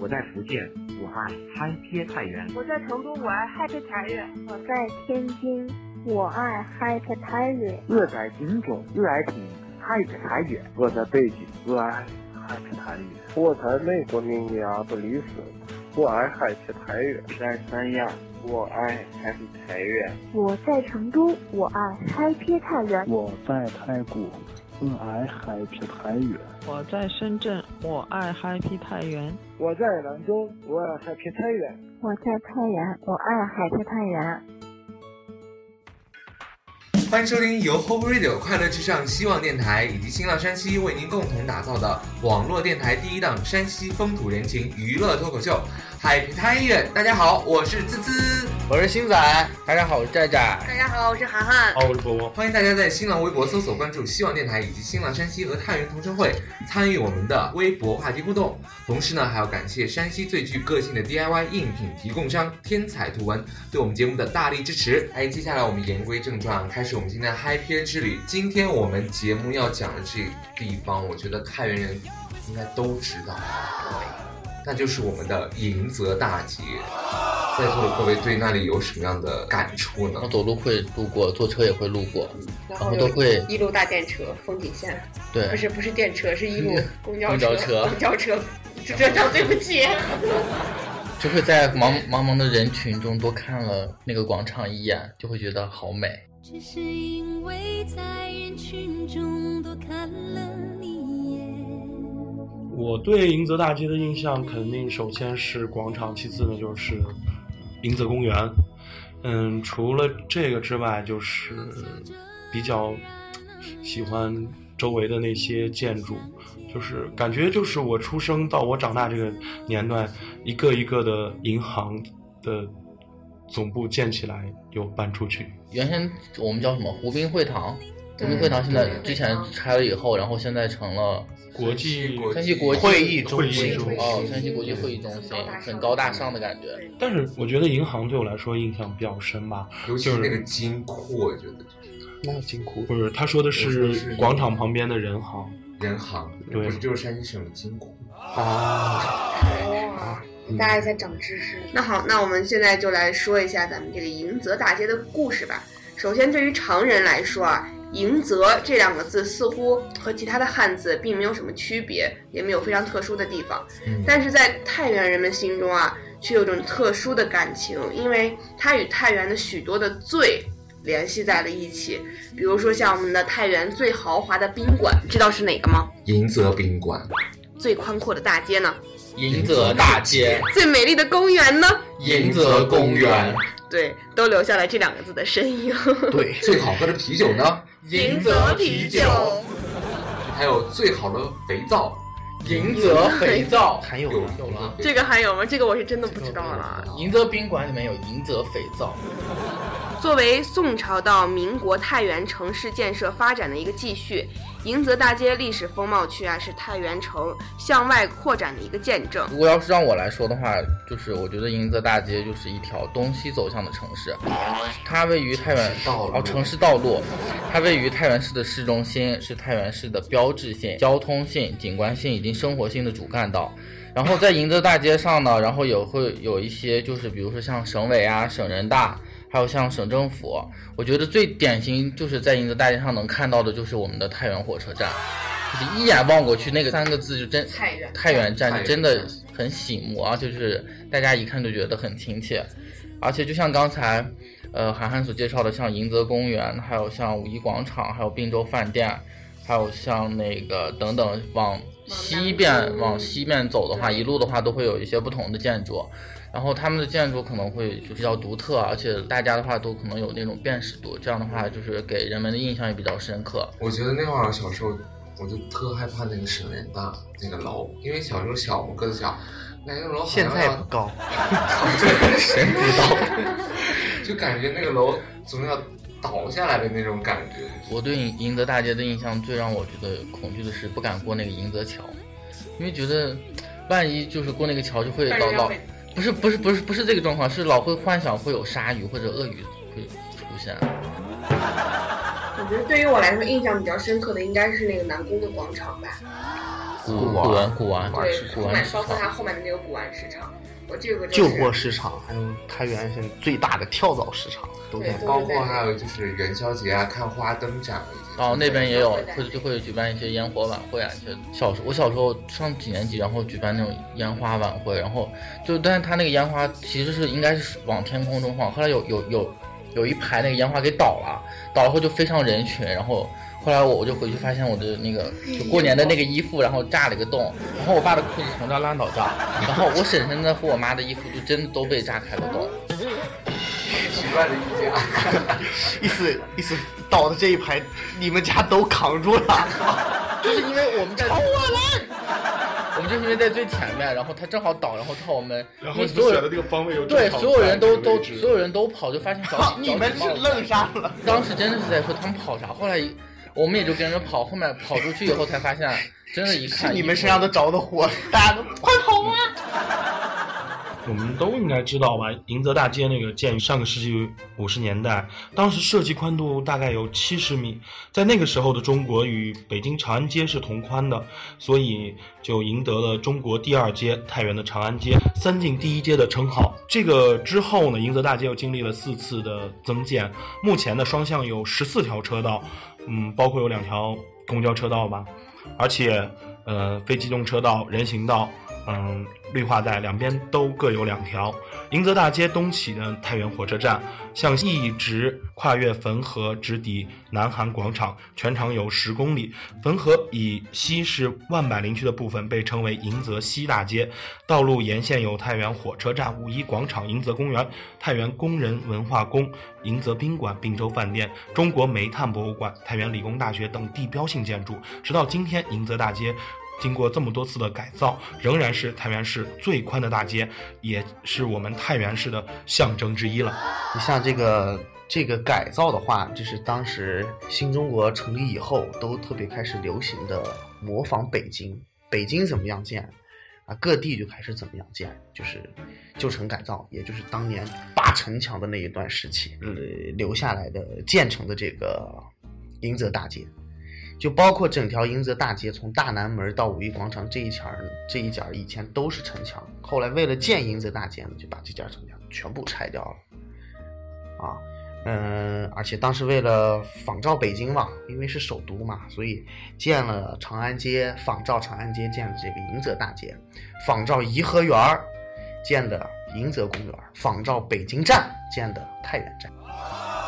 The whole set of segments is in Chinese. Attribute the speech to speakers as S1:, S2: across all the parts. S1: 我在福建，我爱嗨贴菜园。
S2: 我在成都，我爱 Happy 茶园。
S3: 我在天津，我爱 Happy 茶园。
S4: 我在金钟，我爱听 Happy 茶园。
S5: 我在北京，
S6: 我爱 Happy 茶园。
S7: 我在美国明尼阿波利斯，我爱 Happy 茶园。
S8: 在三亚，我爱 Happy 茶园。
S3: 我在成都，我爱 Happy 茶园。
S9: 我在泰国。我爱嗨皮太原。
S10: 我在深圳，我爱嗨皮太原。
S11: 我在兰州，我爱嗨皮太原。
S12: 我在太原，我爱嗨皮太
S13: 原。欢迎收听由 Hope Radio 快乐至上希望电台以及新浪山西为您共同打造的网络电台第一档山西风土人情娱乐脱口秀《嗨皮太原》。大家好，我是滋滋。
S14: 我是星仔，
S15: 大家好，我是寨寨。
S16: 大家好，我是涵涵。
S17: 哦好，我是波波。
S13: 欢迎大家在新浪微博搜索关注希望电台以及新浪山西和太原同城会，参与我们的微博话题互动。同时呢，还要感谢山西最具个性的 DIY 应品提供商天彩图文对我们节目的大力支持。哎，接下来我们言归正传，啊开始我们今天的嗨篇之旅。今天我们节目要讲的这地方，我觉得太原人应该都知道，那就是我们的迎泽大街。在座的各位对那里有什么样的感触呢？
S15: 我走路会路过，坐车也会路过，
S16: 然
S15: 后都会
S16: 一路大电车、风景线，
S15: 对，
S16: 不是不是电车，是一路嗯公交
S15: 车、
S16: 公交车，这这这对不起。
S15: 就会在茫茫茫的人群中多看了那个广场一眼，就会觉得好美。
S18: 只是因为在人群中多看了你一眼。
S17: 我对迎泽大街的印象，肯定首先是广场，其次呢就是。迎泽公园，嗯，除了这个之外，就是比较喜欢周围的那些建筑，就是感觉就是我出生到我长大这个年段，一个一个的银行的总部建起来又搬出去。
S15: 原先我们叫什么湖滨会堂，湖滨
S16: 嗯
S15: 会堂现在之前拆了以后，然后现在成了。
S17: 国际
S15: 山西国际
S14: 会议中
S17: 心
S15: 哦，山西国际会议中心很高大上的感觉。
S17: 但是我觉得银行对我来说印象比较深吧，
S13: 尤其是那个金库，我觉得
S17: 那个金库不是他说的是广场旁边的人行，
S13: 人行
S17: 对，
S13: 不是就是山西省的金库
S17: 啊。
S16: 大家在长知识。 那好，那我们现在就来说一下咱们这个迎泽大街的故事吧。首先，对于常人来说啊。迎泽这两个字似乎和其他的汉字并没有什么区别，也没有非常特殊的地方。
S13: 嗯、
S16: 但是在太原人们心中啊，却有种特殊的感情，因为它与太原的许多的最联系在了一起。比如说像我们的太原最豪华的宾馆，知道是哪个吗？
S13: 迎泽宾馆。
S16: 最宽阔的大街呢？
S15: 迎泽大街。
S16: 最美丽的公园呢？
S15: 迎泽公园。
S16: 对，都留下了这两个字的身 影。
S15: 对，
S13: 最好喝的啤酒呢？
S16: 迎泽啤酒。
S13: 还有最好的肥皂，
S15: 迎泽肥皂。
S14: 还有有了，
S16: 这个还有吗？这个我是真的不知道了。
S15: 迎泽宾馆里面有迎泽肥皂。
S16: 作为宋朝到民国太原城市建设发展的一个继续，迎泽大街历史风貌区啊，是太原城向外扩展的一个见证。
S15: 如果要是让我来说的话，就是我觉得迎泽大街就是一条东西走向的城市，它位于太原哦城市道路，它位于太原市的市中心，是太原市的标志性、交通性、景观性以及生活性的主干道。然后在迎泽大街上呢，然后也会有一些就是比如说像省委啊、省人大。还有像省政府，我觉得最典型就是在迎泽大街上能看到的，就是我们的太原火车站，就是一眼望过去那个三个字就真
S16: 太原
S15: 太原站就真的很醒目啊，就是大家一看就觉得很亲切，而且就像刚才呃涵涵所介绍的，像迎泽公园，还有像五一广场，还有并州饭店，还有像那个等等往西边往西面走的话，一路的话都会有一些不同的建筑。然后他们的建筑可能会就比较独特，而且大家的话都可能有那种辨识度，这样的话就是给人们的印象也比较深刻。
S13: 我觉得那会儿小时候，我就特害怕那个省联大那个楼，因为小时候小嘛，个子小，那个楼
S14: 现在不高，
S13: 哦
S15: 谁知道？
S13: 就感觉那个楼总要倒下来的那种感觉。
S15: 我对迎泽大街的印象最让我觉得恐惧的是不敢过那个迎泽桥，因为觉得万一就是过那个桥就会老老。不是不是不是不是这个状况，是老会幻想会有鲨鱼或者鳄鱼会出现。
S16: 我觉得对于我来说，印象比较深刻的应该是那个南宫的广场吧。
S15: 古
S13: 古
S15: 玩
S13: 古玩
S15: 古玩市
S16: 对，
S15: 场
S16: 后面包括它后面的那个古玩市场，我这个
S5: 旧
S16: 就
S5: 货
S16: 是
S5: 市场嗯还有开元现在最大的跳蚤市场都
S16: 对
S5: 在
S16: 都
S13: 包括还有就是元宵节啊，看花灯展了已经。
S15: 哦，那边也有，会就会举办一些烟火晚会啊。就小时我小时候上几年级，然后举办那种烟花晚会，然后就，但是他那个烟花其实是应该是往天空中放，后来有有有有一排那个烟花给倒了，倒了后就飞上人群，然后后来我我就回去发现我的那个就过年的那个衣服，然后炸了一个洞，然后我爸的裤子从这儿拉到这儿，然后我婶婶的和我妈的衣服就真的都被炸开了洞。
S13: 奇怪的一家，
S5: 意思意思倒的这一排，你们家都扛住了，
S15: 就是因为我们在朝我来，我们就是因为在最前面，然后他正好倒，然后到我们，
S17: 然
S15: 因
S17: 后
S15: 为
S17: 你
S15: 所有
S17: 选的
S15: 人
S17: 这个方位又
S15: 对，
S17: 正好
S15: 所有人
S17: 在这
S15: 都
S17: 个
S15: 都
S17: 位置
S15: 所有人都跑，就发现 小
S5: 你们是愣杀了。
S15: 当时真的是在说他们跑啥，后来我们也就跟着跑，后面跑出去以后才发现，真的，一看
S5: 你们身上都着的火，大家都快跑啊！
S17: 我们都应该知道吧？迎泽大街那个建于上个世纪五十年代，当时设计宽度大概有七十米，在那个时候的中国与北京长安街是同宽的，所以就赢得了中国第二街太原的长安街、三进第一街的称号。这个之后呢，迎泽大街又经历了四次的增建，目前的双向有十四条车道，嗯，包括有两条公交车道吧。而且呃，非机动车道、人行道，嗯，绿化带两边都各有两条。迎泽大街东起的太原火车站，向西一直跨越汾河，直抵南韩广场，全长有十公里。汾河以西是万柏林区的部分，被称为迎泽西大街。道路沿线有太原火车站、五一广场、迎泽公园、太原工人文化宫、迎泽宾馆、并州饭店、中国煤炭博物馆、太原理工大学等地标性建筑。直到今天，迎泽大街经过这么多次的改造，仍然是太原市最宽的大街，也是我们太原市的象征之一了。
S5: 你像这个这个改造的话，这是当时新中国成立以后都特别开始流行的，模仿北京，北京怎么样建，啊，各地就开始怎么样建，就是旧城改造，也就是当年八城墙的那一段时期，呃，留下来的建成的这个迎泽大街。就包括整条迎泽大街，从大南门到五一广场这一圈儿，这一角儿以前都是城墙，后来为了建迎泽大街呢，就把这家城墙全部拆掉了。啊，嗯，而且当时为了仿照北京嘛，因为是首都嘛，所以建了长安街，仿照长安街建的这个迎泽大街，仿照颐和园儿建的迎泽公园儿，仿照北京站建的太原站。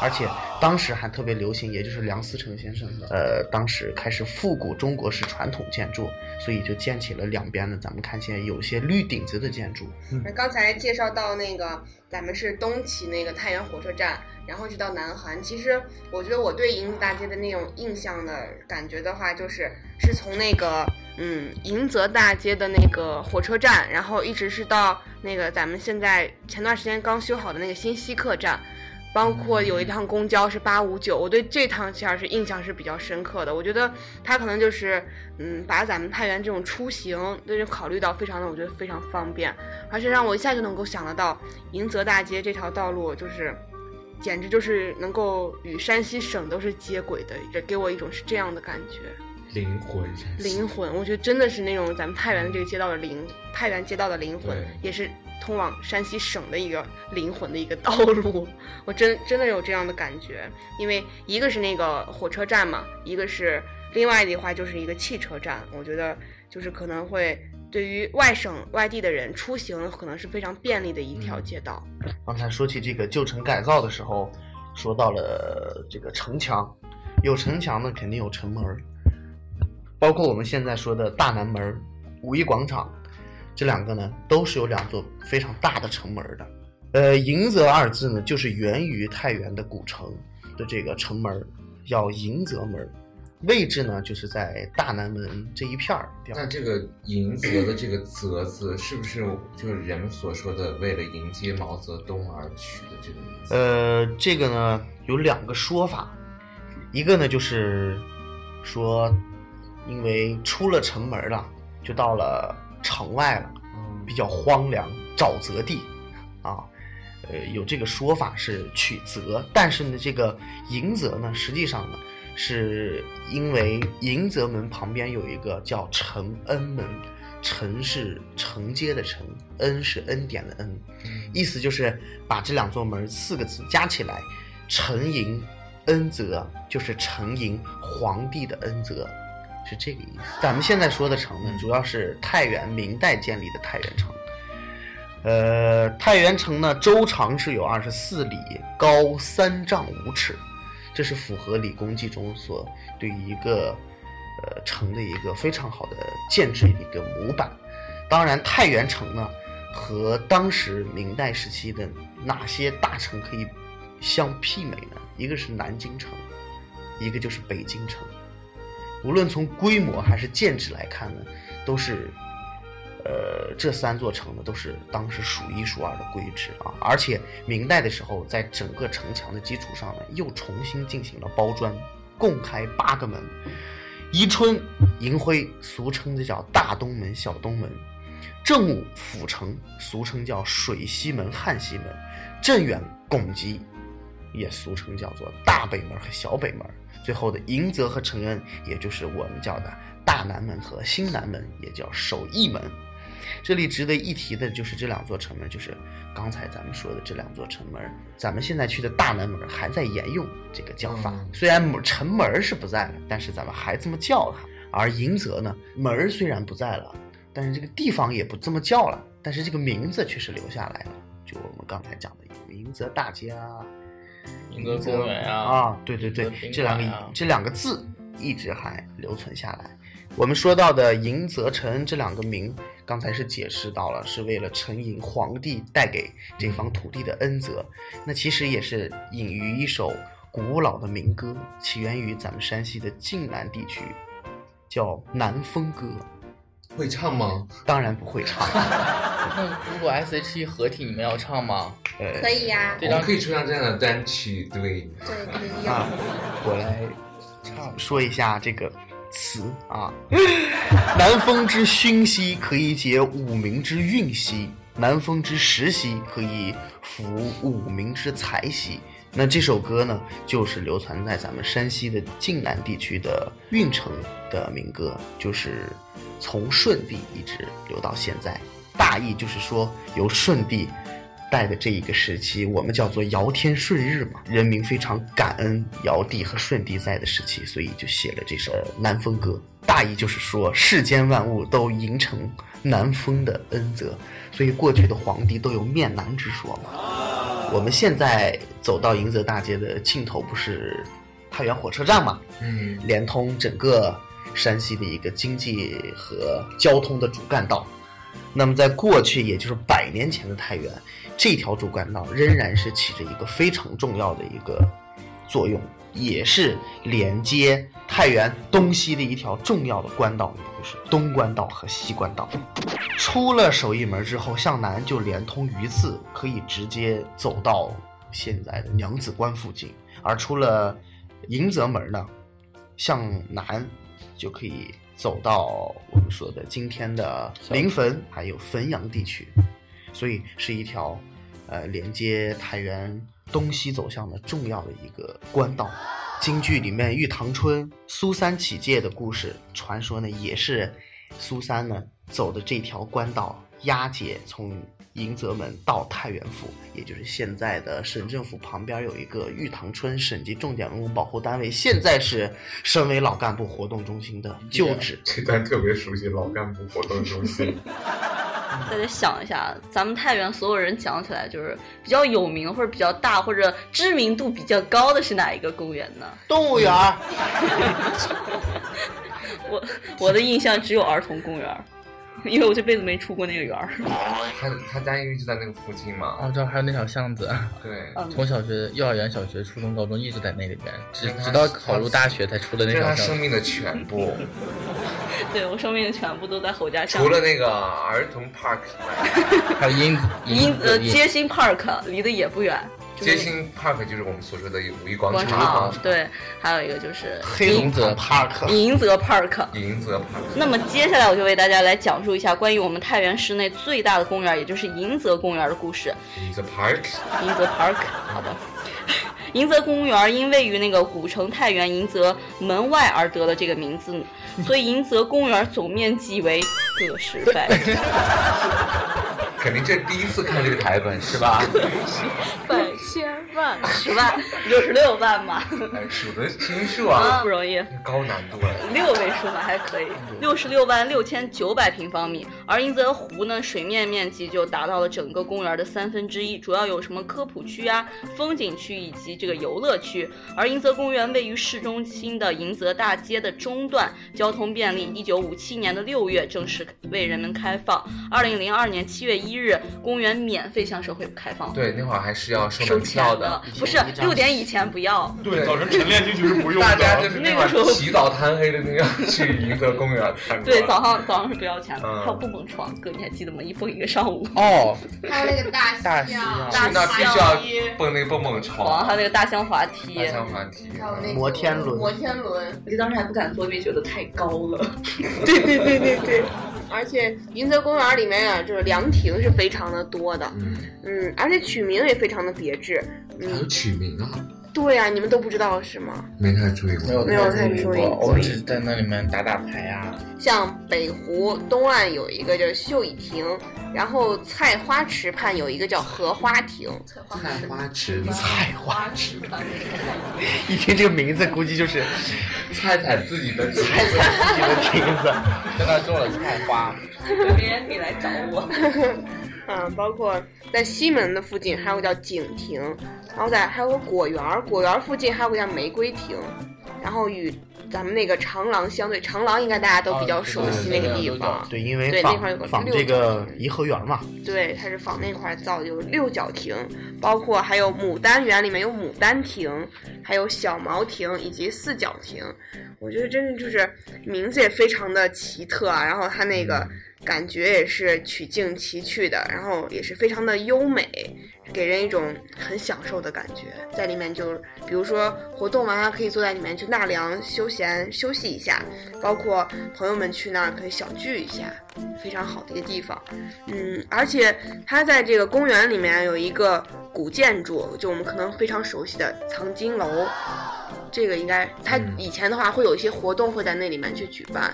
S5: 而且当时还特别流行，也就是梁思成先生的，呃，当时开始复古中国式传统建筑，所以就建起了两边的，咱们看现在有些绿顶子的建筑，
S16: 那刚才介绍到那个，咱们是东起那个太原火车站，然后一直到南韩。其实我觉得我对迎泽大街的那种印象的感觉的话，就是是从那个嗯迎泽大街的那个火车站，然后一直是到那个咱们现在前段时间刚修好的那个新西客站。包括有一趟公交是八五九，我对这趟线儿是印象是比较深刻的。我觉得它可能就是，嗯，把咱们太原这种出行就是考虑到非常的，我觉得非常方便，而且让我一下就能够想得到迎泽大街这条道路就是，简直就是能够与山西省都是接轨的，这给我一种是这样的感觉。
S13: 灵魂
S16: 灵魂，我觉得真的是那种咱们太原的这个街道的灵，太原街道的灵魂
S13: 对，
S16: 也是通往山西省的一个灵魂的一个道路。我真真的有这样的感觉，因为一个是那个火车站嘛，一个是另外的话就是一个汽车站，我觉得就是可能会对于外省外地的人出行可能是非常便利的一条街道。
S5: 刚才说起这个旧城改造的时候，说到了这个城墙，有城墙呢，肯定有城门儿，包括我们现在说的大南门儿、五一广场，这两个呢都是有两座非常大的城门儿的。呃，迎泽二字呢，就是源于太原的古城的这个城门儿，叫迎泽门儿，位置呢就是在大南门这一片儿。
S13: 那这个“迎泽”的这个“泽”字，是不是就是人们所说的为了迎接毛泽东而取的这个名字？
S5: 呃，这个呢有两个说法，一个呢就是说，因为出了城门了，就到了城外了，比较荒凉，沼泽地啊，呃，有这个说法是取泽，但是呢，这个迎泽呢，实际上呢是因为迎泽门旁边有一个叫承恩门，承是承接的承，恩是恩典的恩，意思就是把这两座门四个字加起来，承迎恩泽就是承迎皇帝的恩泽。是这个意思。咱们现在说的城呢，主要是太原明代建立的太原城。呃，太原城呢，周长是有二十四里，高三丈五尺，这是符合《理工记》中所对一个呃城的一个非常好的建制一个模板。当然，太原城呢和当时明代时期的哪些大城可以相媲美呢？一个是南京城，一个就是北京城。无论从规模还是建制来看呢，都是，呃，这三座城呢都是当时数一数二的规制啊。而且明代的时候，在整个城墙的基础上呢，又重新进行了包砖，共开八个门。宜春、银辉俗称这叫大东门、小东门；正午、府城俗称叫水西门、汉西门；镇远、拱极也俗称叫做大北门和小北门。最后的迎泽和承恩，也就是我们叫的大南门和新南门，也叫守义门。这里值得一提的就是这两座城门，就是刚才咱们说的这两座城门。咱们现在去的大南门还在沿用这个叫法，虽然城门是不在了，但是咱们还这么叫它。而迎泽呢，门虽然不在了，但是这个地方也不这么叫了，但是这个名字确实留下来了。就我们刚才讲的迎泽大街啊。
S15: 迎泽公园啊，
S5: 啊，对对对，这两个这两个字一直还留存下来。我们说到的迎泽、承恩这两个名，刚才是解释到了，是为了承迎皇帝带给这方土地的恩泽。那其实也是隐于一首古老的民歌，起源于咱们山西的晋南地区，叫《南风歌》。
S13: 会唱吗？
S5: 当然不会唱。
S15: 那如果 S H E 合体，你们要唱吗？
S5: 呃，
S16: 可以呀、
S13: 我们可以出上这样的单曲，对。
S16: 对，可以
S5: 啊
S16: 有。，
S5: 我来唱说一下这个词啊。 南风之熏兮，可以解五明之运兮；南风之时兮，可以抚五明之才兮。那这首歌呢，就是流传在咱们山西的晋南地区的运城的民歌，就是从舜帝一直流到现在。大意就是说，由舜帝代的这一个时期，我们叫做尧天舜日嘛，人民非常感恩尧帝和舜帝在的时期，所以就写了这首《南风歌》。大意就是说，世间万物都迎承南风的恩泽，所以过去的皇帝都有面南之说嘛。我们现在走到迎泽大街的尽头，不是太原火车站嘛？
S13: 嗯，
S5: 连通整个山西的一个经济和交通的主干道。那么，在过去，也就是百年前的太原，这条主干道仍然是起着一个非常重要的一个作用，也是连接太原东西的一条重要的官道，也就是东官道和西官道。出了首义门之后，向南就连通榆次，可以直接走到现在的娘子关附近；而出了迎泽门呢，向南就可以走到我们说的今天的临汾还有汾阳地区，所以是一条呃连接太原东西走向的重要的一个官道。京剧里面玉堂春、苏三起解的故事，传说呢也是苏三呢走的这条官道押解从迎泽门到太原府，也就是现在的省政府旁边有一个玉堂春省级重点文物保护单位，现在是省委老干部活动中心的旧址。
S13: 这段特别熟悉，老干部活动中心。
S14: 大家想一下，咱们太原所有人讲起来，就是比较有名或者比较大或者知名度比较高的是哪一个公园呢？
S5: 动物园儿。
S14: 我我的印象只有儿童公园儿，因为我这辈子没出过那个园儿。
S13: 他他家因为就在那个附近嘛。
S15: 哦，这儿还有那条巷子。啊
S13: 对
S14: 嗯
S15: 从小学、幼儿园、小学、初中、高中一直在那里边，直
S13: 那他
S15: 直到考入大学才出了那
S13: 这是
S15: 条
S13: 他
S15: 巷
S13: 生
S15: 子。
S13: 命的全部，
S14: 对我生命的全部都在侯家巷。
S13: 除了那个儿童 park 以外，
S15: 还有英
S14: 银呃街心 Park 离得也不远，
S13: 街心 park 就是我们所说的五一广
S14: 广
S13: 场
S14: 场、对，还有一个就是
S5: 黑龙
S13: 泽
S5: park
S14: 银泽 Park。
S13: 迎泽 park。
S14: 那么接下来我就为大家来讲述一下关于我们太原市内最大的公园，也就是迎泽公园的故事。
S13: 迎泽 park，
S14: 迎泽 Park，好的。迎泽公园因位于那个古城太原迎泽门外而得了这个名字，所以迎泽公园总面积为个十百。
S13: 肯定这第一次看这个台本是吧？
S14: 百千万十万 六十六万 吧，
S13: 哎，数得 清数啊，
S14: 不容易，
S13: 高难度哎。
S14: 六位数吧还可以，六十六万六千九百平方米。而迎泽湖呢，水面面积就达到了整个公园的三分之一，主要有什么科普区啊、风景区以及这个游乐区。而迎泽公园位于市中心的迎泽大街的中段，交通便利。一九五七年的六月正式为人们开放，二零零二年七月一日，公园免费向社会开放。
S13: 对，那会儿还是要收
S14: 收
S13: 门
S14: 钱
S13: 票
S14: 不是六点以前不要。
S13: 对，
S17: 早晨晨练进去是不用的
S13: 大家就是
S14: 那
S13: 会
S14: 个时候
S13: 儿起早贪黑的那个去迎泽公园看
S14: 对，
S13: 光
S14: 早上早上是不要钱的，
S13: 嗯
S14: 还有蹦蹦床，哥你还记得吗？一蹦一个上午。
S15: 哦，
S16: 还有那个大
S15: 大
S16: 象，
S13: 去那必须
S16: 象
S13: 要蹦那个蹦蹦
S14: 床，
S13: 床
S14: 还有那个大象滑梯，
S13: 大象滑梯，
S16: 还有那个
S5: 摩天轮
S16: 摩天轮。
S14: 我就当时还不敢坐，因为觉得太高了。
S16: 对对对对对。而且迎泽公园里面啊，就是凉亭是非常的多的，嗯，而且取名也非常的别致，
S13: 还有
S16: 嗯，
S13: 取名啊，
S16: 对呀、你们都不知道是吗？
S13: 没太注意过，
S15: 没有
S16: 没有太注意
S15: 过，我们只是在那里面打打牌啊。
S16: 像北湖东岸有一个叫秀乙亭，然后菜花池畔有一个叫荷花亭。
S13: 菜花池子，
S5: 菜花池畔， 一听这个名字，估计就是
S13: 菜菜自己的
S5: 菜菜自己的亭子。
S15: 跟他种了菜花，
S14: 别人你来找我。
S16: 嗯，包括在西门的附近还有个叫景亭，然后在还有个果园儿，果园儿附近还有个叫玫瑰亭，然后与咱们那个长廊相对，长廊应该大家都比较熟悉那个地方，
S5: 啊对，因为
S16: 对那块儿有
S5: 仿
S16: 个
S5: 仿
S16: 六
S5: 这个颐和园嘛，
S16: 对，它是仿那块儿造的，有六角亭，包括还有牡丹园里面有牡丹亭，还有小毛亭以及四角亭。我觉得真的就是名字也非常的奇特啊，然后它那个感觉也是曲径奇趣的，然后也是非常的优美，给人一种很享受的感觉。在里面就比如说活动完了可以坐在里面去纳凉休闲休息一下，包括朋友们去那儿可以小聚一下，非常好的一个地方。嗯，而且它在这个公园里面有一个古建筑，就我们可能非常熟悉的藏经楼，这个应该它以前的话会有一些活动会在那里面去举办，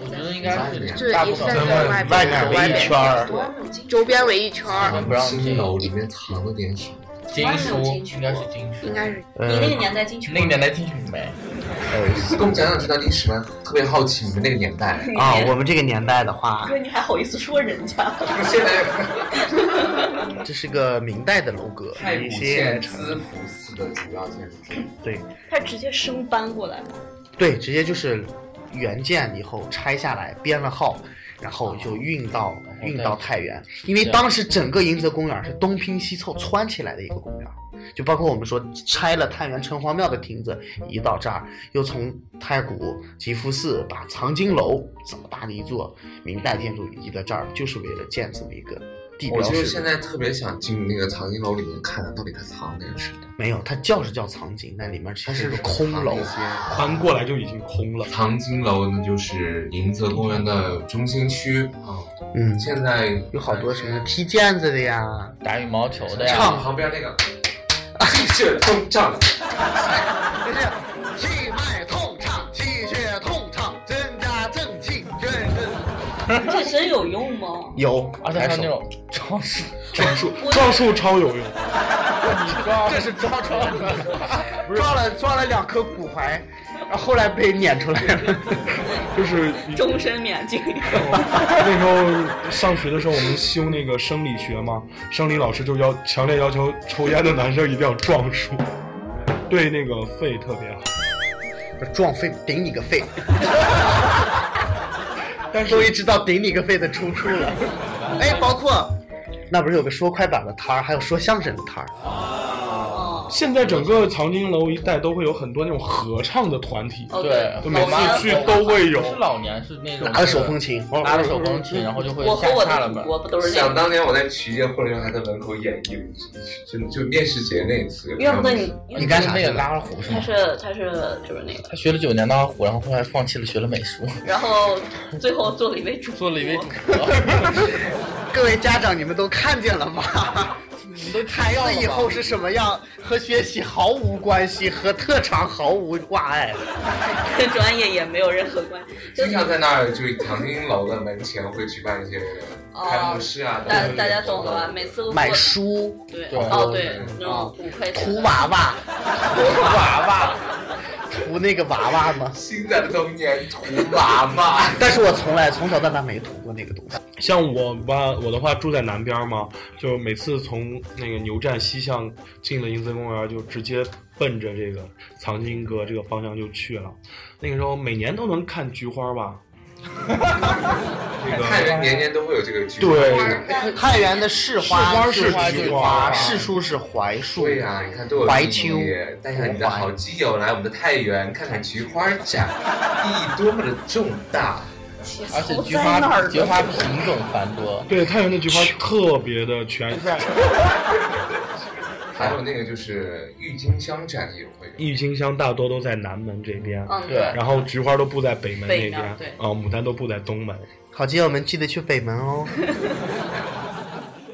S15: 我觉得应该是
S16: 就是
S15: 大
S16: 也
S15: 部
S16: 是
S15: 分
S16: 在
S15: 人
S16: 在外
S5: 外
S16: 边
S5: 面围
S16: 外
S5: 一
S16: 边
S5: 圈儿
S16: 对，周边围一圈儿，
S15: 不让进
S13: 新楼里面藏了点什么。
S15: 金书，应该是金书，
S16: 应该是
S5: 呃你那个
S14: 年代进去
S15: 那个年代进去没？
S13: 跟我们讲讲这段历史吧，特别好奇你们那个年代。
S5: 啊，我们这个年代的话，
S14: 哥，你还好意思说人家？
S13: 现在
S5: 这是个明代的楼阁，
S13: 太
S5: 一
S13: 古
S5: 些
S13: 县资福寺的主要建筑群，
S5: 对
S14: 他直接生搬过来了。
S5: 对，直接就是原件以后拆下来编了号，然后就运到运到太原，因为当时整个迎泽公园是东拼西凑穿起来的一个公园。就包括我们说拆了太原城隍庙的亭子移到这儿，又从太谷吉福寺把藏经楼这么大的一座明代建筑移到这儿，就是为了建这么一个地标
S13: 我
S5: 式的。
S13: 就是现在特别想进那个藏经楼里面看看到底它藏点什么。
S5: 没有，它叫是叫藏经，但里面其实
S13: 是
S5: 一个空楼。啊
S13: 翻过来就已经空了。藏经楼呢，就是迎泽公园的中心区啊。
S5: 嗯哎
S13: 现在
S5: 有好多什么踢毽子的呀，
S15: 打羽毛球的
S13: 唱
S15: 呀，
S13: 旁边那个 气血通畅，
S5: 气脉通畅，气血通畅，增加正气，真
S14: 这真有用吗？
S5: 有，
S15: 而且还有那种招数，
S17: 招数招数超有用，
S5: 这是抓住了，抓了抓了两颗骨骸，然后后来被撵出来了。
S17: 就是
S14: 终身免进。
S17: 那时候上学的时候，我们修那个生理学嘛，生理老师就要强烈要求抽烟的男生一定要撞树，对那个肺特别好。
S5: 撞肺，顶你个肺！但终于知道顶你个肺的出处了。哎，包括那不是有个说快板的摊儿，还有说相声的摊儿。
S13: 哦
S17: 现在整个藏经楼一带都会有很多那种合唱的团体，
S15: 对，
S17: 就每次去都会有
S15: 不。是老年是那种
S5: 拿着手风琴
S15: 拿着手风琴，然后就会下下了门。
S13: 想当年我在曲艺界混流还在门口演绎了一曲，真的就面试节那一次。
S14: 要不得你
S15: 你干啥去了那个拉二胡是
S14: 他
S15: 吗？
S14: 是他是就是那个，
S15: 他学了九年的二胡，然后后来放弃了，学了美术。
S14: 然后最后做了一位主，
S15: 做了一位主，
S5: 各位家长，你们都看见了吗？
S15: 你都
S5: 孩子以后是什么样和学习毫无关系，和特长毫无哎挂碍，
S14: 跟 专业也没有任何关系。
S13: 经常在那儿就是藏经楼的门前会举办一些开幕式啊，
S14: 哦大大家懂了啊吧？每次
S5: 买书，
S14: 对，哦对，那种骨灰
S5: 涂娃娃，哎涂娃娃，涂那个娃娃吗？
S13: 现在的童年涂娃娃，
S5: 但是我从来从小到大没涂过那个东西。
S17: 像我吧，我的话住在南边嘛，就每次从那个牛站西巷进了英森公园，就直接奔着这个藏经阁这个方向就去了。那个时候每年都能看菊花吧。
S13: 太原年年都会有这个菊花。
S5: 对，太原的市花
S17: 是
S5: 菊
S17: 花，
S5: 市树是槐树。
S13: 对呀，你看都有
S5: 怀秋。
S13: 带上你的好基友来我们的太原看看菊花 展，意义多么的重大。
S15: 而且菊花菊花品种繁多，
S17: 对太原的菊花特别的全。
S13: 还有那个就是郁金香展也会，
S17: 郁金香大多都在南门这边，
S14: 嗯
S15: 对，
S17: 然后菊花都布在北门那边，
S14: 对，
S17: 啊，牡丹都布在东门。
S5: 好基友们记得去北门哦。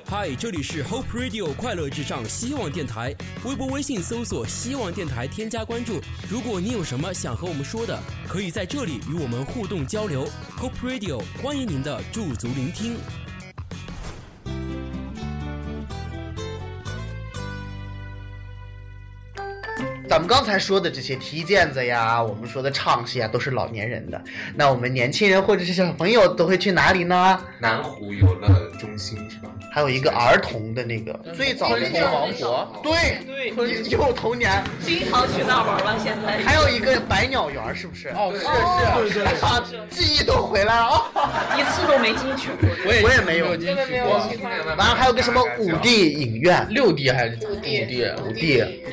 S19: 嗨，这里是 Hope Radio 快乐至上希望电台，微博、微信搜索“希望电台”，添加关注。如果你有什么想和我们说的，可以在这里与我们互动交流。Hope Radio 欢迎您的驻足聆听。
S5: 咱们刚才说的这些踢毽子呀，我们说的唱戏啊，都是老年人的。那我们年轻人或者是小朋友都会去哪里呢？
S13: 南湖游乐中心是吧？
S5: 还有一个儿童的那个最早的
S15: 那个王国，
S5: 对对，又童年。
S14: 经常去那玩了，现在
S5: 还有一个百鸟园，是不是？哦，
S15: 是
S5: 是是，记忆都回来了啊！
S14: 一次都没进去过，
S15: 我也
S5: 我也没有
S15: 进去
S5: 过。完了还有个什么五 D 影院，
S15: 六 D 还是五
S5: D？
S15: 五
S5: D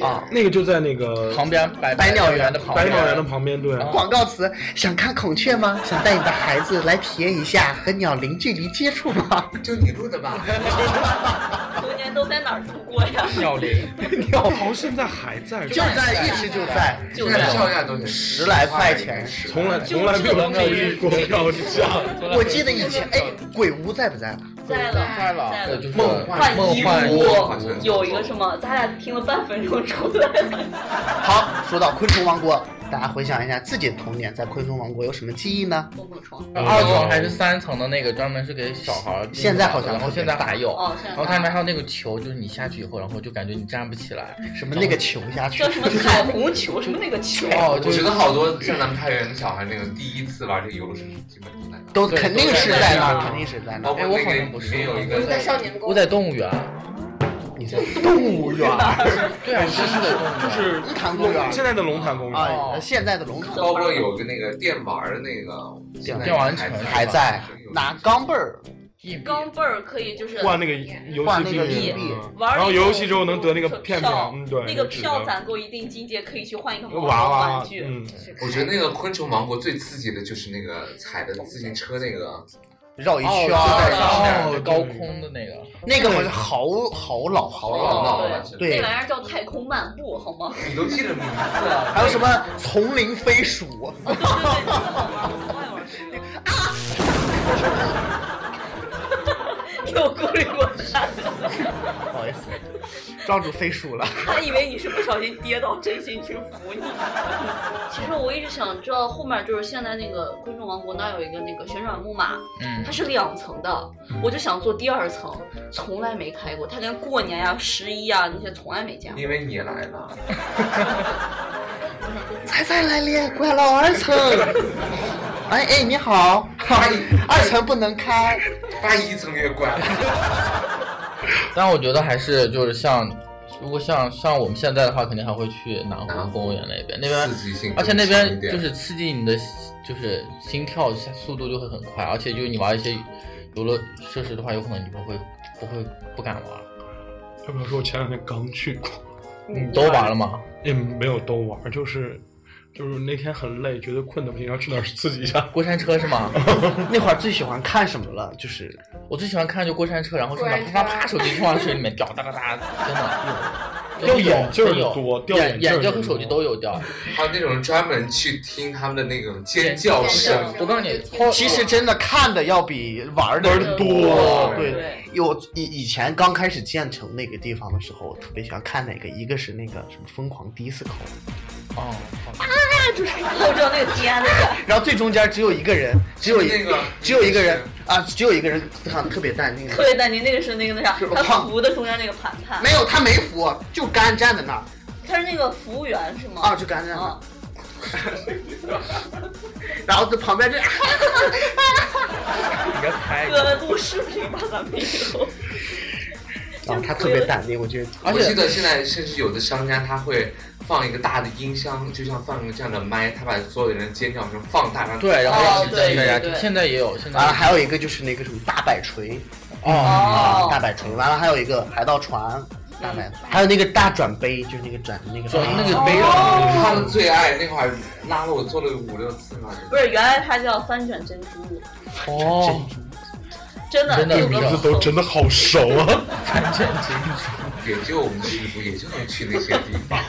S5: 啊，
S17: 那个就在那个
S15: 旁边百
S5: 百鸟园嗯
S15: 的旁
S17: 百
S15: 边，
S17: 鸟园的旁边，对。
S5: 广告词：想看孔雀吗？想带你的孩子来体验一下和鸟零距离接触吗？
S13: 就你录的吧？
S14: 童年都在哪儿度过呀？
S15: 鸟林，
S5: 鸟
S17: 巢哦现在还在，
S5: 就在一直就在，
S14: 就
S13: 在票价
S5: 都十来块钱，
S17: 从来从来没有低过票价。
S5: 我记得以前，哎，鬼屋在不在了？
S14: 在了，在了，
S15: 就是
S5: 梦
S14: 换
S5: 梦
S14: 衣
S5: 幻
S14: 服有一个什么，咱俩听了半分钟出来了。
S5: 好，说到昆虫王国，大家回想一下自己的童年在昆虫王国有什么记忆呢？
S14: 蹦蹦床，
S15: 二层还是三层的那个专门是给小孩儿订的，
S5: 现在好像
S15: 然后现在还有，
S14: 哦现在还有
S15: 然后它里面还有那个球，就是你下去以后，然后就感觉你站不起来，
S5: 什么那个球下去
S14: 叫，什么彩虹球，什么那个球，
S15: 哦，
S13: 我
S15: 就是
S13: 觉得好多像咱们太原的小孩那个第一次玩这个游乐设施，基本都在那。
S5: 都肯定是在那
S15: 对
S5: 儿，肯定是在那
S13: 包
S5: 儿。
S13: 括
S15: 哎我
S13: 那
S15: 好像
S13: 个
S15: 不
S13: 里
S15: 是
S13: 面有一
S16: 我
S13: 个
S16: 在少年宫
S15: 我，在动物园，
S5: 你在动物园，
S15: 对啊，是是的动物园，
S17: 就是
S14: 啊
S5: 一潭公园
S17: 现在的龙潭公园，
S5: 啊，现在的龙潭
S13: 包括有个那个电玩的那个，现在
S15: 电玩
S13: 还
S15: 城
S5: 还在拿钢镚儿，
S15: 硬币
S14: 钢镚儿可以就是
S17: 换那个游
S5: 换
S17: 戏
S5: 那个
S17: 币
S5: 硬币
S17: 嗯
S14: 玩儿
S17: 然后
S14: 一
S17: 游
S14: 个
S17: 戏之后能得那个片片
S14: 票，
S17: 嗯对，
S14: 那个
S17: 纸
S14: 票
S17: 的
S14: 攒够一定境界可以去换一个毛绒
S17: 娃娃
S14: 玩，具。
S17: 嗯，
S13: 我觉得那个昆虫王国最刺激的就是那个踩的自行车那个，
S5: 绕一
S15: 哦
S5: 圈
S13: 对
S5: 儿，
S15: 哦，高空的那个，
S5: 那个好像好好老好
S13: 老
S5: 老，
S13: 了
S5: 对
S14: 那玩意儿叫太空漫步，好吗？
S13: 你都记得名字啊了。
S5: 还有什么丛林飞鼠，
S14: 对对对，这个好玩儿，我爱玩这个。啊！又孤立过山，
S5: 不好意思，庄主飞鼠了。
S14: 他以为你是不小心跌倒，真心去扶你。其实我一直想知道后面就是现在那个昆虫王国那儿有一个那个旋转木马，
S15: 嗯
S14: 它，是两层的，我就想坐第二层，从来没开过，它连过年呀、十一啊那些从来没见过。
S13: 因为你来了，
S5: 彩彩来了，快到二 层。哎哎，你好，二层不能开。
S13: 八一层越怪。
S15: 但我觉得还是就是像，如果像像我们现在的话，肯定还会去南
S13: 南湖
S15: 湖公园那边， 那边
S13: 刺激性更
S15: 而且那
S13: 强一
S15: 边
S13: 点
S15: 就是刺激你的就是心跳速度就会很快，而且就是你玩一些游乐设施的话，有可能你就会不会不敢玩。
S17: 要不要说我前两天刚去过，
S5: 嗯
S15: 你都玩了吗？
S17: 也没有都玩，就是就是那天很累，觉得困得不行，要去哪儿刺激一下。
S15: 过山车是吗？
S5: 那会儿最喜欢看什么了？就是
S15: 我最喜欢看就过山车，然后去哪啪啪啪手机冲到水里面掉，哒哒哒，真的。有
S17: 眼镜儿
S15: 真有
S17: 多掉
S15: 眼
S17: 眼镜儿
S15: 镜
S17: 的
S15: 和手机都有掉。
S13: 还有那种专门去听他们的那个尖叫声，
S15: 我告诉你，
S5: 其实真的看的要比玩的
S13: 玩得多
S5: 对，有以以前刚开始建成那个地方的时候，我特别喜欢看哪个，一个是那个什么疯狂迪斯科，
S15: 哦，
S14: 就是我知道那个天那个。
S5: 然后最中间只有一个人，只有一
S13: 那个
S5: 只有一个人啊，只有一个人唱的特别淡定的，
S14: 特别淡定，那个是那个那啥，他
S5: 胖
S14: 扶的中间那个盘盘，
S5: 没有他没扶，就干站在那儿。
S14: 他是那个服务员是吗？
S5: 啊，就干站那儿。然后这旁边这，
S15: 你个猜
S14: 哥录视频吧，咱们以后。
S5: 然后他特别淡定，我觉得。
S13: 我记得现在甚至有的商家他会放一个大的音箱，就像放一个这样的麦，他把所有的人的尖叫声放大，啊让
S15: 对，然后一直在
S13: 大
S14: 哦
S15: 家
S13: 家
S15: 听，现在也有，现在
S5: 啊，还有一个就是那个什么大摆锤，
S15: 哦
S5: 啊大摆锤，完了还有一个海盗船，大摆，还有那个大转杯，就是那个转那个
S15: 转那个
S13: 没
S15: 杯
S13: 有
S15: 哦
S13: 他们最爱那会儿拉了我做了五六次嘛，
S14: 不是，原来它叫翻转珍珠，
S15: 哦，
S14: 真的，
S17: 这个名字都真的好熟啊！
S13: 也就无师傅，也就能去那些地方。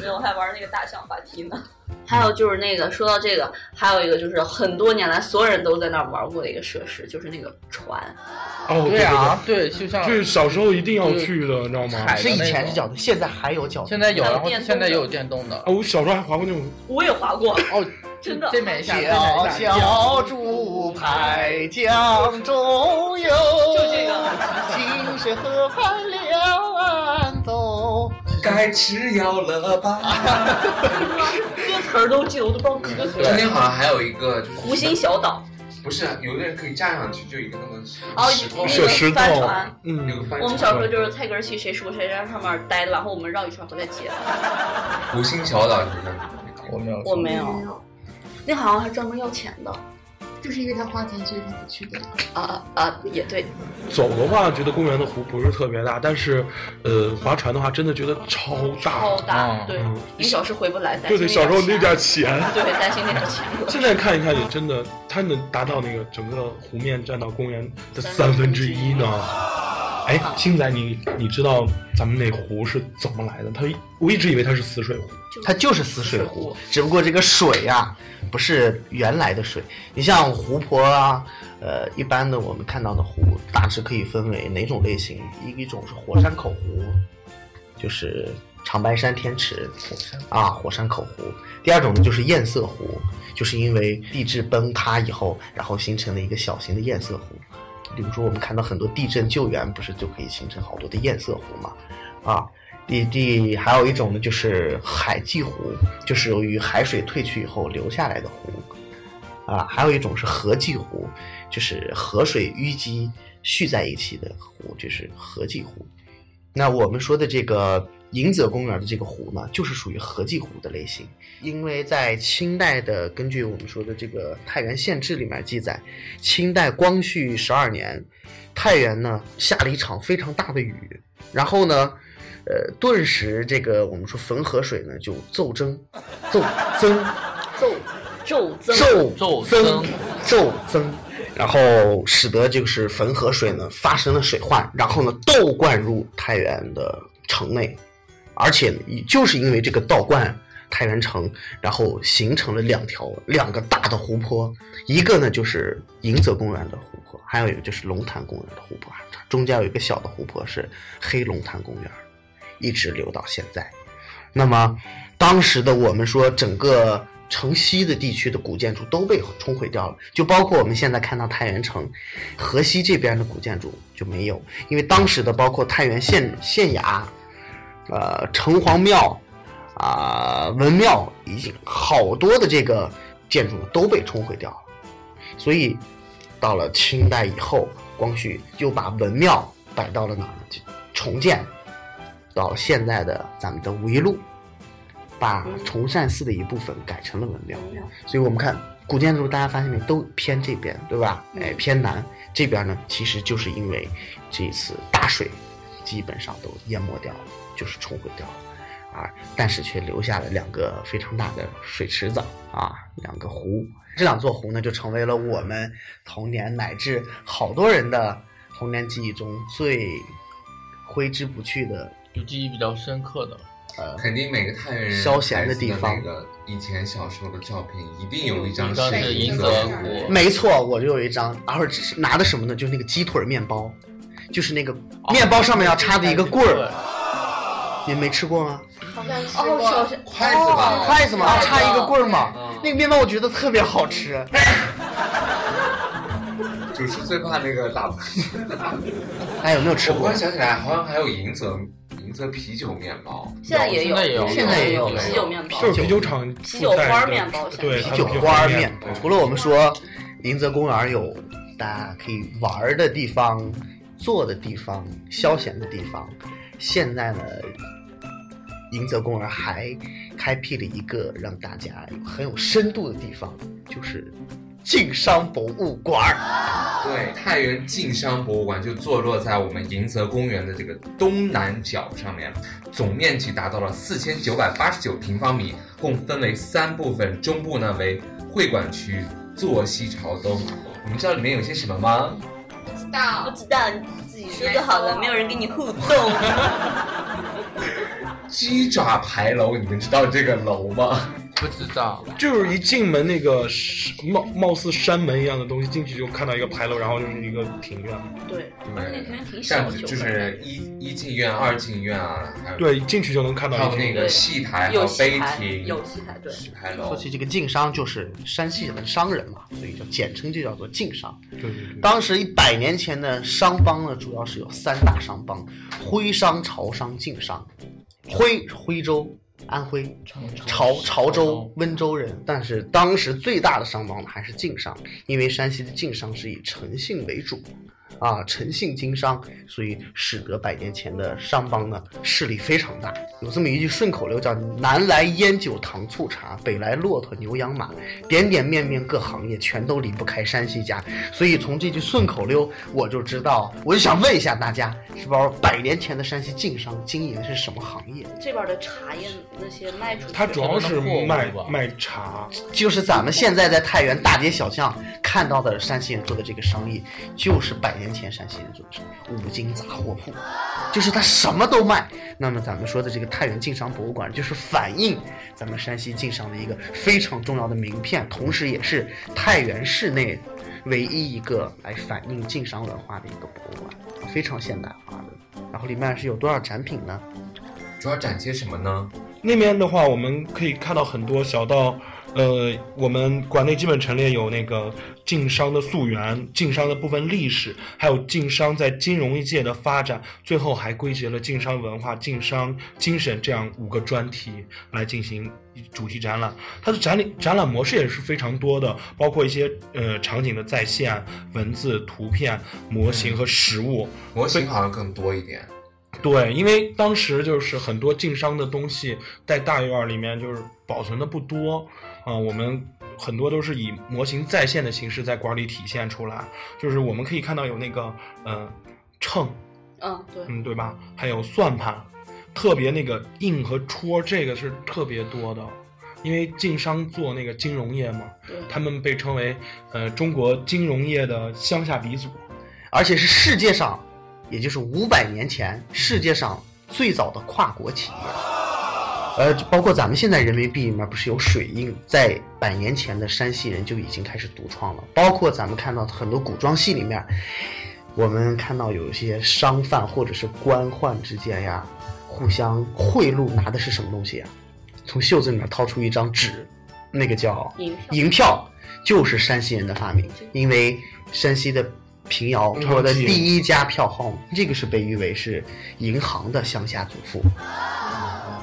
S14: 没有，还玩那个大象滑梯呢。 还有就是那个，说到这个，还有一个就是很多年来所有人都在那儿玩过的一个设施，就是那个船。
S17: 哦，
S15: 对啊，
S17: 对嗯
S15: 对，就像
S17: 就是小时候一定要去的，你知道吗？
S15: 踩的那种
S5: 脚的，现在还有脚的。
S15: 现在有，
S14: 还有
S15: 然后
S14: 电动的
S15: 现在也有电动的。
S17: 啊，我小时候还划过那种
S14: 我也滑过，
S15: 哦，
S14: 真的。
S15: 这每一下，这
S5: 小
S15: 每一下。
S5: 小竹排江中游，
S14: 就这个
S5: 清水河畔两岸走。
S13: 该吃药了吧？
S14: 歌词儿都记得，我都不知道歌词
S13: 中间好
S14: 儿。
S13: 像还有一个
S14: 湖心小岛，
S13: 不是，啊有的人可以站上去，就一个那个
S14: 哦
S13: 石头，
S14: 那个石头帆船
S17: 嗯，
S13: 有个帆船。
S14: 我们小时候就是蔡根儿去谁输谁在上面待着，然后我们绕一圈回来接。
S13: 湖心小岛，你知道吗？
S15: 我没有，
S14: 我没有，那好像还专门要钱的。
S20: 就是因为他花钱，所以他不去的。
S14: 啊啊，也对。
S17: 走的话，觉得公园的湖不是特别大，但是，呃，划船的话，真的觉得超大。
S14: 超大，对
S17: 嗯，
S14: 你小时候回不来，担
S17: 对
S14: 心那
S17: 对，
S14: 点
S17: 小时候那点
S14: 钱，
S17: 钱。
S14: 对，担心那点钱。
S17: 现在看一看，也真的，它能达到那个整个湖面占到公园的三分之一呢。哎，星仔，你你知道咱们那湖是怎么来的？它我一直以为它是死水湖。
S5: 它就是死水湖，只不过这个水呀、不是原来的水。你像湖泊啊，呃，一般的我们看到的湖，大致可以分为哪种类型？一一种是火山口湖，就是长白山天池，啊，火山口湖。第二种呢就是堰塞湖，就是因为地质崩塌以后，然后形成了一个小型的堰塞湖。比如说我们看到很多地震救援，不是就可以形成好多的堰塞湖嘛？啊，第第还有一种呢，就是海际湖，就是由于海水退去以后留下来的湖。啊，还有一种是河际湖，就是河水淤积蓄在一起的湖，就是河际湖。那我们说的这个迎泽公园的这个湖呢，就是属于河际湖的类型，因为在清代的，根据我们说的这个《太原县志》里面记载，清代光绪十二年，太原呢下了一场非常大的雨，然后呢，呃，顿时这个我们说汾河水呢就骤增，骤增
S14: 骤骤增，
S5: 骤增骤增，然后使得就是汾河水呢发生了水患，然后呢倒灌入太原的城内，而且就是因为这个倒灌太原城，然后形成了两条两个大的湖泊，一个呢就是迎泽公园的湖泊，还有一个就是龙潭公园的湖泊，中间有一个小的湖泊是黑龙潭公园，一直流到现在。那么当时的我们说，整个城西的地区的古建筑都被冲毁掉了，就包括我们现在看到太原城，河西这边的古建筑就没有，因为当时的包括太原县县衙，呃，城隍庙啊、文庙已经好多的这个建筑都被冲毁掉了，所以到了清代以后，光绪就把文庙摆到了哪儿呢？就重建，到了现在的咱们的五一路，把崇善寺的一部分改成了文庙。所以我们看古建筑，大家发现没，都偏这边，对吧？哎，偏南这边呢，其实就是因为这一次大水，基本上都淹没掉了，就是冲毁掉了。啊，但是却留下了两个非常大的水池子啊，两个湖。这两座湖呢，就成为了我们童年乃至好多人的童年记忆中最挥之不去的
S15: 就记忆比较深刻的。
S5: 呃，
S13: 肯定每个太原人
S5: 消闲
S13: 的
S5: 的地方
S13: 那个以前小时候的照片，一定有一
S14: 嗯
S13: 张
S15: 张是银
S13: 泽
S15: 泽
S13: 湖
S15: 湖，
S5: 没错，我就有一张，然后拿的什么呢？就是那个鸡腿面包，就是那个
S15: 哦
S5: 面包上面要插的一个棍儿。你们没吃过吗？
S16: 好像吃
S14: 哦，
S16: 过
S14: 小时
S13: 筷哦子吧，
S5: 筷子嘛，啊插一个棍儿嘛
S13: 嗯，
S5: 那个面包我觉得特别好吃。
S13: 主持最怕那个 辣子。
S5: 哎，有没有吃
S13: 我
S5: 过
S13: 忽然？想起来，好像还有银泽银泽啤酒面包，
S14: 现在也有，现在也有
S13: 现在
S14: 啤酒面包，
S17: 是有啤酒厂
S14: 啤酒花
S17: 附带
S14: 儿
S17: 的
S14: 面包，现在
S17: 对，
S5: 啤
S17: 它的
S5: 酒
S17: 啤
S5: 花儿面
S17: 面
S5: 包。除了我们说林泽公园有大家可以玩儿的地方、坐的地方、消闲的地方，现在呢，银泽公园还开辟了一个让大家有很有深度的地方，就是晋商博物馆儿。
S13: 对，太原晋商博物馆就坐落在我们银泽公园的这个东南角上面，总面积达到了四千九百八十九平方米，共分为三部分。中部呢为会馆区，坐西朝东。你们知道里面有些什么吗？
S14: 不知道，不知道，你自己说就好了，没有人跟你互动。
S13: 鸡爪牌楼，你们知道这个楼吗？
S15: 不知道，
S17: 就是一进门那个是貌貌似山门一样的东西，进去就看到一个牌楼，然后就是一个庭院。
S14: 对，
S13: 而
S14: 且那庭院挺小
S13: 像
S14: 的，
S13: 就是一一进院、二进院啊，还有
S17: 对，进去就能看到
S13: 还
S17: 一
S13: 有
S17: 个
S13: 那个戏台，还
S14: 有
S13: 碑
S14: 戏台，
S13: 亭，
S14: 有戏台，对，
S13: 戏台
S5: 说
S13: 楼。
S5: 起这个晋商，就是山西人的商人嘛，所以叫简称就叫做晋商。
S17: 对对对，
S5: 当时一百年前的商帮呢，主要是有三大商帮：徽商、潮商、晋商。徽徽州，安徽；潮潮州，温州人。但是当时最大的商帮呢还是晋商，因为山西的晋商是以诚信为主，啊，诚信经商，所以使得百年前的商帮呢势力非常大。有这么一句顺口溜叫“南来烟酒糖醋茶，北来骆驼牛羊马”，点点面面各行业全都离不开山西家。所以从这句顺口溜我就知道，我就想问一下大家，是不是百年前的山西晋商经营的是什么行业？
S14: 这边的茶叶那些卖出去，
S17: 它主要是卖卖茶，
S5: 就是咱们现在在太原大街小巷看到的山西人做的这个生意，就是百年前山西人做的生意——五金杂货铺，就是他什么都卖。那么咱们说的这个太原晋商博物馆，就是反映咱们山西晋商的一个非常重要的名片，同时也是太原市内唯一一个来反映晋商文化的一个博物馆，啊非常啊现代化的。然后里面是有多少展品呢？
S13: 主要展些什么呢？
S17: 那边的话，我们可以看到很多小到，呃，我们馆内基本陈列有那个晋商的溯源、晋商的部分历史，还有晋商在金融界的发展，最后还归结了晋商文化、晋商精神这样五个专题来进行主题展览。它的展览展览模式也是非常多的，包括一些呃场景的再现、文字、图片、模型和实物。
S13: 模型好像更多一点。
S17: 对，因为当时就是很多晋商的东西在大院儿里面就是保存的不多，啊、我们很多都是以模型再现的形式在馆里体现出来。就是我们可以看到有那个呃秤，
S14: 嗯，对，
S17: 嗯，对吧？还有算盘，特别那个印和戳，这个是特别多的，因为晋商做那个金融业嘛
S14: 对，
S17: 他们被称为呃中国金融业的乡下鼻祖。
S5: 而且是世界上，也就是五百年前世界上最早的跨国企业。呃，包括咱们现在人民币里面不是有水印，在百年前的山西人就已经开始独创了。包括咱们看到很多古装戏里面，我们看到有一些商贩或者是官宦之间呀，互相贿赂拿的是什么东西呀？啊从袖子里面掏出一张纸，那个叫
S14: 银票
S5: 银票就是山西人的发明，因为山西的平遥
S17: 嗯
S5: 中国的第一家票号，这个是被誉为是银行的乡下祖父，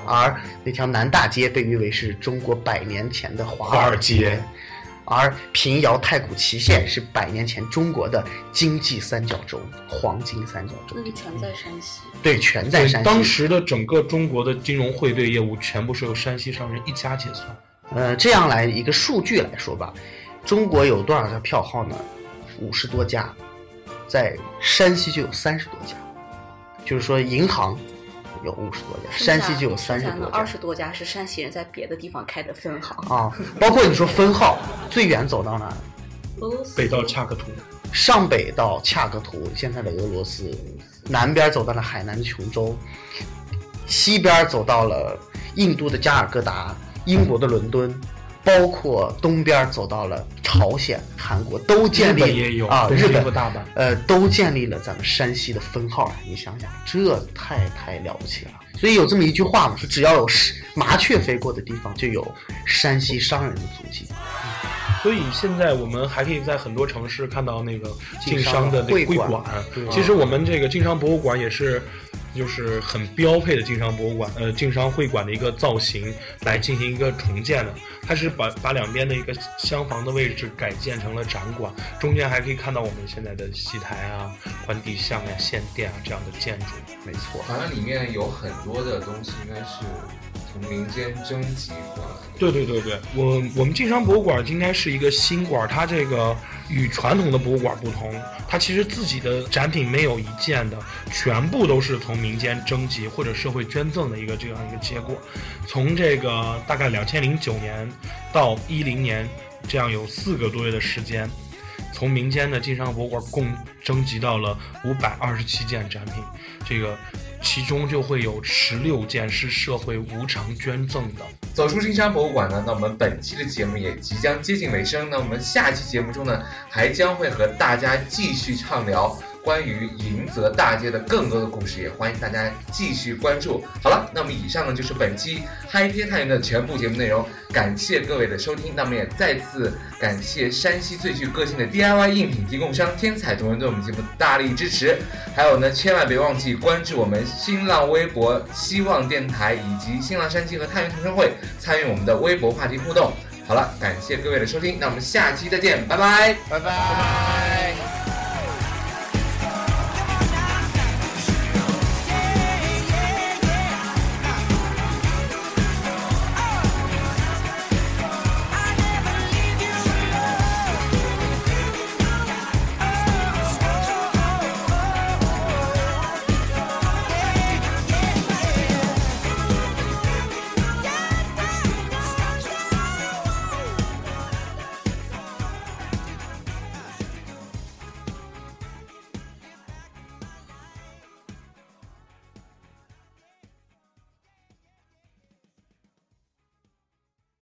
S5: 而那条南大街被誉为是中国百年前的华
S17: 华
S5: 尔
S17: 尔街
S5: 街，而平遥太谷祁县是百年前中国的经济三角洲，黄金三角洲，
S14: 那就全在山西。
S5: 对，全在山西。
S17: 当时的整个中国的金融汇兑业务全部是由山西商人一家结算。
S5: 呃，这样来一个数据来说吧，中国有多少家票号呢？五十多家，在山西就有三十多家，就是说银行有五十多家，山西就有三十多
S14: 二
S5: 家
S14: 十多家是山西人在别的地方开的分行。
S5: 啊。包括你说分号，最远走到哪儿？
S14: 俄罗斯
S17: 北到恰克图，
S5: 上北到恰克图，现在的俄罗斯，南边走到了海南琼州，西边走到了印度的加尔各答、英国的伦敦，包括东边走到了朝鲜、韩国，都建
S17: 日本也
S5: 立
S17: 有
S5: 啊，
S17: 对
S5: 日
S17: 也
S5: 本
S17: 有大阪
S5: 呃，都建立了咱们山西的分号。你想想，这太太了不起了。所以有这么一句话嘛，说只要有是麻雀飞过的地方，就有山西商人的足迹。
S17: 所以现在我们还可以在很多城市看到那个晋商的那个
S5: 晋商的
S17: 会
S5: 会
S17: 馆
S5: 馆对。
S17: 其实我们这个晋商博物馆也是，就是很标配的晋商博物馆，呃，晋商会馆的一个造型来进行一个重建的。它是把把两边的一个厢房的位置改建成了展馆，中间还可以看到我们现在的戏台啊、官邸巷呀、献殿啊这样的建筑。
S5: 没错
S13: 好像里面有很多的东西应该是从民间征集过来的。
S17: 对对对对，我我们晋商博物馆应该是一个新馆，它这个与传统的博物馆不同，它其实自己的展品没有一件的，全部都是从民间征集或者社会捐赠的一个这样一个结果。从这个大概两千零九年到一零年，这样有四个多月的时间，从民间的晋商博物馆共征集到了五百二十七件展品，这个其中就会有十六件是社会无偿捐赠的。
S13: 走出金山博物馆呢，那我们本期的节目也即将接近尾声。那我们下期节目中呢，还将会和大家继续畅聊关于迎泽大街的更多的故事，也欢迎大家继续关注。好了，那么以上呢就是本期嗨贴探员的全部节目内容，感谢各位的收听。那么也再次感谢山西最具个性的 DIY 应品提供商天彩同仁对我们节目的大力支持。还有呢，千万别忘记关注我们新浪微博希望电台以及新浪山西和太原同城会，参与我们的微博话题互动。好了，感谢各位的收听，那我们下期再见，拜拜，
S15: 拜拜。